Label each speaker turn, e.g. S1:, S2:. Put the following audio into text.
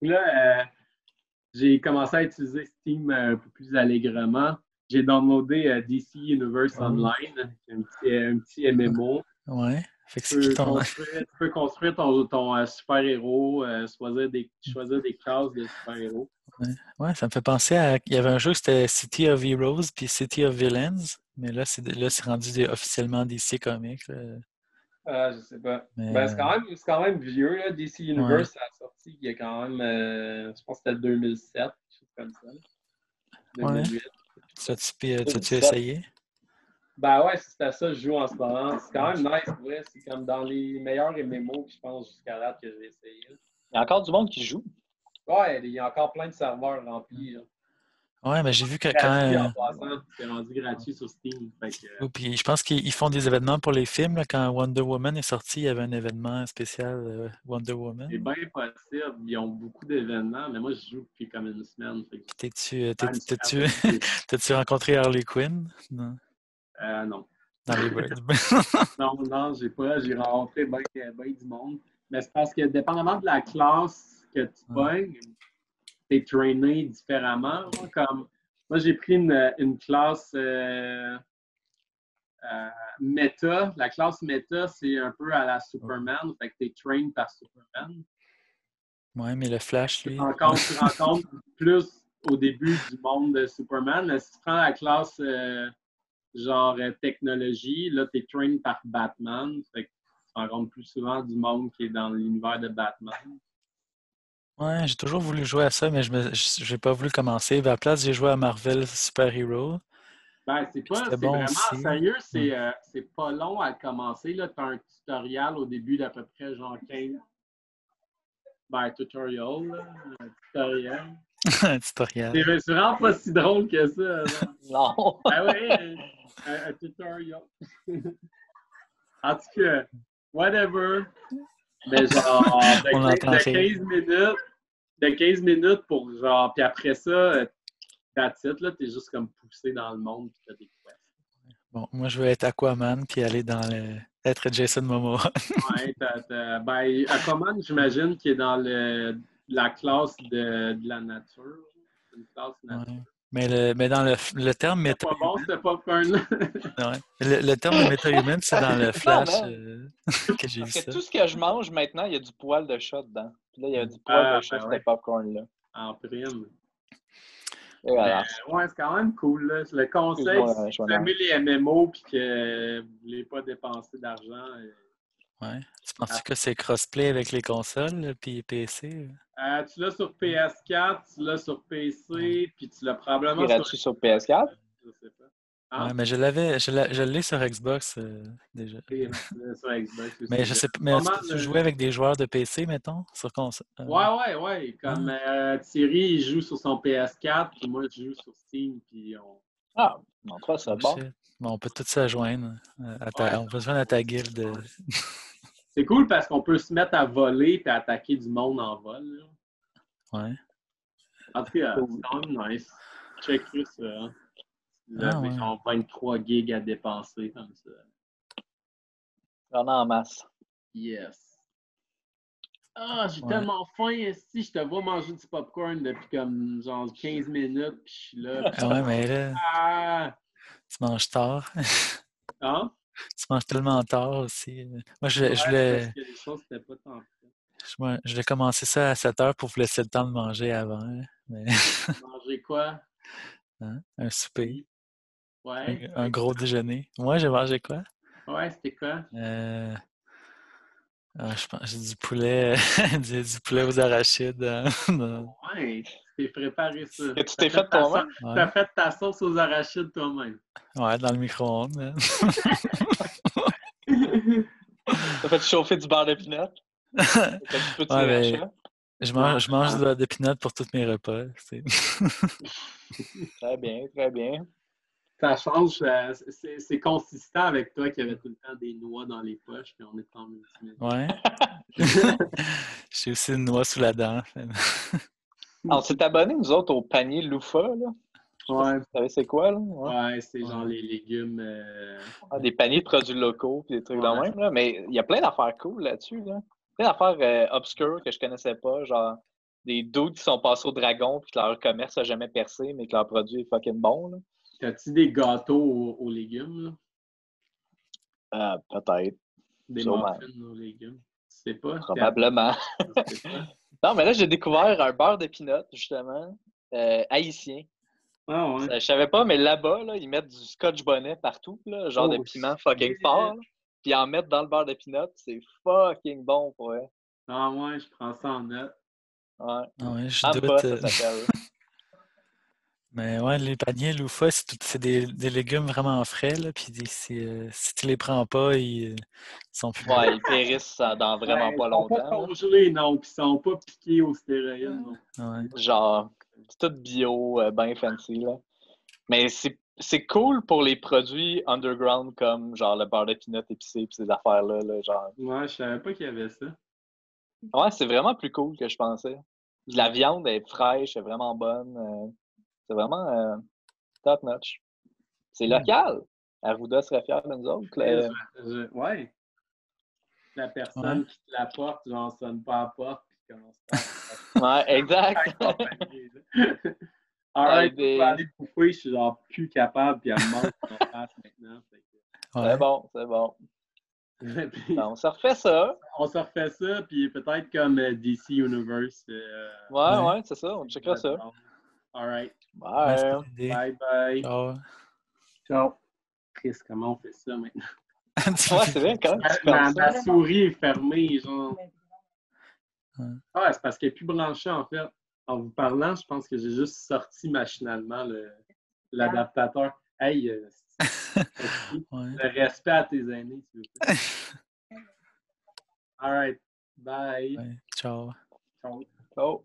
S1: Là, euh, j'ai commencé à utiliser Steam euh, un peu plus allègrement. J'ai downloadé euh, DC Universe Online, hein, un petit, euh, un petit MMO.
S2: Ouais. Fait que
S1: Tu
S2: c'est qui
S1: peux
S2: ton-
S1: construire, tu peux construire ton, ton, euh, super-héros, euh, choisir, des, choisir des classes de super-héros.
S2: Ouais, ça me fait penser à. Il y avait un jeu, c'était City of Heroes puis City of Villains, mais là, c'est là, c'est rendu des- officiellement DC Comics. là.
S1: Ah, je sais pas.
S2: Mais,
S1: Ben, c'est quand, même- c'est quand même vieux, là. DC Universe, ça a sorti il y a quand même, euh, je pense que c'était 2007, quelque chose comme ça. 2008.
S2: Tu as-tu pi- tu as-tu
S1: ça.
S2: essayé?
S1: Ben ouais, c'était ça que je joue en ce moment. C'est quand même nice, pour vrai. C'est comme dans les meilleurs MMO, je pense, jusqu'à date que j'ai essayé. là.
S3: Il y a encore du monde qui joue.
S1: Ouais, il y a encore plein de serveurs remplis. là.
S2: Ouais, mais j'ai vu que
S1: Gratuit
S2: quand.
S1: en passant, c'est rendu gratuit sur Steam. Fait que, euh,
S2: euh, puis je pense qu'ils ils font des événements pour les films. là. Quand Wonder Woman est sorti, il y avait un événement spécial euh, Wonder Woman.
S1: c'est bien possible. Ils ont beaucoup d'événements, mais moi, je joue depuis comme une semaine. Fait que-
S2: T'es-tu euh,
S1: Ah,
S2: t'es-
S1: une
S2: t'es-tu-
S1: semaine.
S2: t'as-tu rencontré Harley Quinn? Non.
S1: Euh, non.
S2: Dans les Birds.
S1: Non, non, j'ai pas. J'ai rencontré bien du monde. Mais c'est parce que dépendamment de la classe que tu
S2: Ah.
S1: pognes, tu es trainé différemment. Moi, comme, moi j'ai pris une, une classe euh, euh, méta. La classe méta, c'est un peu à la Superman. Fait que tu es trained par Superman.
S2: Ouais, mais le Flash, lui.
S1: Encore, tu rencontres plus au début du monde de Superman. Mais si tu prends la classe euh, genre euh, technologie, là, tu es trained par Batman. Fait que tu rencontres plus souvent du monde qui est dans l'univers de Batman.
S2: Ouais, j'ai toujours voulu jouer à ça, mais je me, je- j'ai pas voulu commencer. À la place, j'ai joué à Marvel Super Hero.
S1: Ben, c'est pas,
S2: C'était
S1: c'est
S2: bon
S1: vraiment
S2: aussi. Mm.
S1: sérieux, c'est euh, c'est pas long à commencer. Tu as un tutoriel au début d'à peu près genre 15. Ben, tutorial, là, un tutoriel.
S2: Un tutoriel.
S1: C'est c'est vraiment pas si drôle que ça. là.
S3: Non.
S1: Ah oui, euh, un, un tutorial. en tout cas, whatever. Mais genre, de,
S2: On
S1: quin-
S2: entend
S1: de
S2: rien.
S1: 15 minutes, de 15 minutes pour genre, puis après ça, euh, that's it, là, t'es juste comme poussé dans le monde pis t'as des quests.
S2: Bon, moi, je veux être Aquaman puis aller dans le. être Jason Momoa.
S1: Ouais, t'as, t'as- ben, Aquaman, j'imagine qu'il est dans le, la classe de, de la nature. Une classe nature.
S2: Ouais. Ah, Mais, le, mais dans le, le terme
S1: C'est
S2: méta.
S1: pas bon, c'était pas fun, là.
S2: ouais. Le, le terme de méta humaine, c'est dans le Flash
S3: Vraiment.
S2: euh, que j'ai vu
S3: Parce
S2: ça.
S3: que tout ce que je mange maintenant, il y a du poil de chat dedans. Puis là, il y a du poil
S1: Ah,
S3: de chat,
S1: ben
S3: sur
S1: ouais.
S3: ce popcorn-là.
S1: En prime.
S3: Et voilà.
S1: Euh, ouais, c'est quand même cool. Là. Le conseil,
S3: Excuse-moi,
S1: si
S3: je
S1: vous
S3: vais
S1: aimez les MMO et que vous voulez pas dépenser d'argent, euh,
S2: Ouais. Tu penses que c'est crossplay avec les consoles là, puis PC? là?
S1: euh, tu l'as sur PS4, tu l'as sur PC, puis tu l'as probablement
S3: Il est là-dessus
S1: sur...
S3: sur PS4.
S1: Je sais pas.
S2: Ouais,
S1: Hein?
S2: mais je l'avais, je l'ai, je l'ai sur Xbox euh, déjà.
S1: Et, euh, sur Xbox aussi.
S2: Mais je sais pas, euh, mais
S1: Pas
S2: tu
S1: mal,
S2: jouais avec des joueurs de PC, mettons, sur console? euh,
S1: Ouais, ouais, ouais. Comme euh, Thierry, il joue sur son PS4, puis moi, je joue sur Steam, puis on...
S3: Ah, on trouve ça bon.
S2: Shit. Bon, on peut tous se joindre. euh, à ta-
S1: Ouais.
S2: On peut se joindre à ta guilde. euh.
S1: C'est cool parce qu'on peut se mettre à voler et attaquer du monde en vol. là.
S2: Ouais.
S1: En tout cas, c'est quand même nice. Check juste ça. hein. Vous
S2: Ah,
S1: avez
S2: ouais.
S1: genre 23 gigs à dépenser comme ça.
S3: J'en ai en masse.
S1: Yes. Ah, j'ai
S2: Ouais.
S1: tellement faim. Si je te vois manger du popcorn depuis comme genre 15 minutes, puis je suis là. puis-
S2: Ah ouais, mais là,
S1: Ah!
S2: tu manges tard.
S1: Hein?
S2: tu manges tellement tard aussi. euh. Moi, je,
S1: Ouais,
S2: je voulais,
S1: parce que les choses, c'était pas tant fait.
S2: je, moi, je voulais commencer ça à 7 heures pour vous laisser le temps de manger avant. hein, Mais,
S1: Manger quoi?
S2: hein, un souper, un,
S1: Ouais.
S2: un gros déjeuner. Moi, j'ai mangé quoi?
S1: Ouais, c'était quoi?
S2: Euh, ah, je pense j'ai du poulet, du, du poulet aux arachides. hein, dans-
S1: Ouais, tu t'es préparé ça.
S3: Que tu
S1: T'as
S3: t'es fait
S1: ta
S3: toi-même?
S1: sauce-
S2: ouais,
S1: T'as fait ta sauce aux arachides toi-même.
S2: ouais, dans le micro-ondes. hein.
S3: T'as fait chauffer du beurre de pinot? T'as fait du petit
S2: Ouais, ben mais-
S3: rachat?
S2: Je mange, je
S1: Ah.
S2: mange de, des peanuts pour tous mes repas. c'est-
S3: Très bien, très bien.
S1: Ça change, euh, c'est c'est consistant avec toi qui avait tout le temps des noix dans les poches, puis on est en multimédia.
S2: Ouais. J'ai aussi une noix sous la dent.
S3: Ah, On s'est abonnés, nous autres, au panier Loufa, là.
S1: Ouais,
S3: Vous savez c'est quoi, là? Ouais.
S1: ouais c'est genre les légumes. euh,
S3: Ah, des paniers de produits locaux puis des trucs de
S1: Ouais.
S3: même, là. Mais il y a plein d'affaires cool là-dessus, là. Plein d'affaires euh, obscures que je connaissais pas, genre des doutes qui sont passés au dragon puis que leur commerce n'a jamais percé, mais que leur produit est fucking bon. là.
S1: T'as-tu des gâteaux aux, aux légumes? Là?
S3: Ah, peut-être,
S1: Des
S3: Sûrement.
S1: muffins aux légumes? Tu sais pas?
S3: probablement.
S1: Tu sais pas?
S3: Non, mais là, j'ai découvert un beurre de pinot, justement, euh, haïtien. Euh,
S1: Ah ouais.
S3: Je savais pas, mais là-bas, là, ils mettent du scotch bonnet partout, là, genre
S1: Oh,
S3: de piment fucking fort. là. Puis ils en mettent dans le beurre de pinot, c'est fucking bon pour eux.
S1: Ah ouais, je prends ça en note.
S3: Ouais.
S2: Ouais, je
S3: Ah,
S2: doute.
S3: pas,
S2: euh,
S3: ça s'appelle.
S2: Mais ouais, les paniers loufa, c'est tout- c'est des, des légumes vraiment frais, là, puis des- c'est, euh, si tu les prends pas, ils, euh, ils sont plus bons.
S3: Ouais, ils périssent ça dans vraiment
S1: Ouais,
S3: pas
S1: Ils sont pas
S3: longtemps. là.
S1: congelés, non, puis ils sont pas piqués aux stéroïdes. non.
S2: Ouais.
S3: Genre, c'est tout bio, euh, ben fancy, là. Mais c'est c'est cool pour les produits underground comme genre le beurre de pinot épicé pis ces affaires-là, là, genre.
S1: Ouais, je savais pas qu'il y avait ça.
S3: Ouais, c'est vraiment plus cool que je pensais. Puis La viande elle est fraîche, elle est vraiment bonne. euh, c'est vraiment euh, top notch. C'est local. Arruda serait fière de nous autres. là.
S1: Ouais, je- Euh, je- ouais. La personne qui te l'apporte, genre, sonne pas à la porte, puis commence pas
S3: Ouais,
S1: à
S3: exact.
S1: accompagner, là. Alright,
S3: Ouais,
S1: je vais
S3: des-
S1: aller bouffer, je suis genre plus capable, puis elle me manque mon face maintenant. fait
S2: Ouais.
S3: C'est bon, c'est bon.
S1: que- Puis,
S3: Ben, on se refait ça.
S1: on se refait ça, puis peut-être comme euh, DC Universe. euh,
S3: Ouais,
S2: Ouais.
S3: ouais, c'est ça. On checkera ça.
S1: Alright,
S2: Ouais,
S3: Bye.
S2: c'est une idée.
S1: bye bye.
S2: Ciao.
S1: Ciao. Chris, comment on fait ça maintenant?
S3: Ouais, c'est vrai, quand même.
S1: Ma,
S3: tu penses
S1: ma
S3: ça.
S1: souris est fermée, genre.
S2: Ouais.
S1: Ah, c'est parce qu'elle n'est plus branchée, en fait. En vous parlant, je pense que j'ai juste sorti machinalement le- l'adaptateur. Hey, euh, le
S2: Ouais.
S1: respect à tes aînés, s'il vous plaît. All right. Bye.
S2: Ouais. Ciao.
S1: Ciao.
S3: Oh.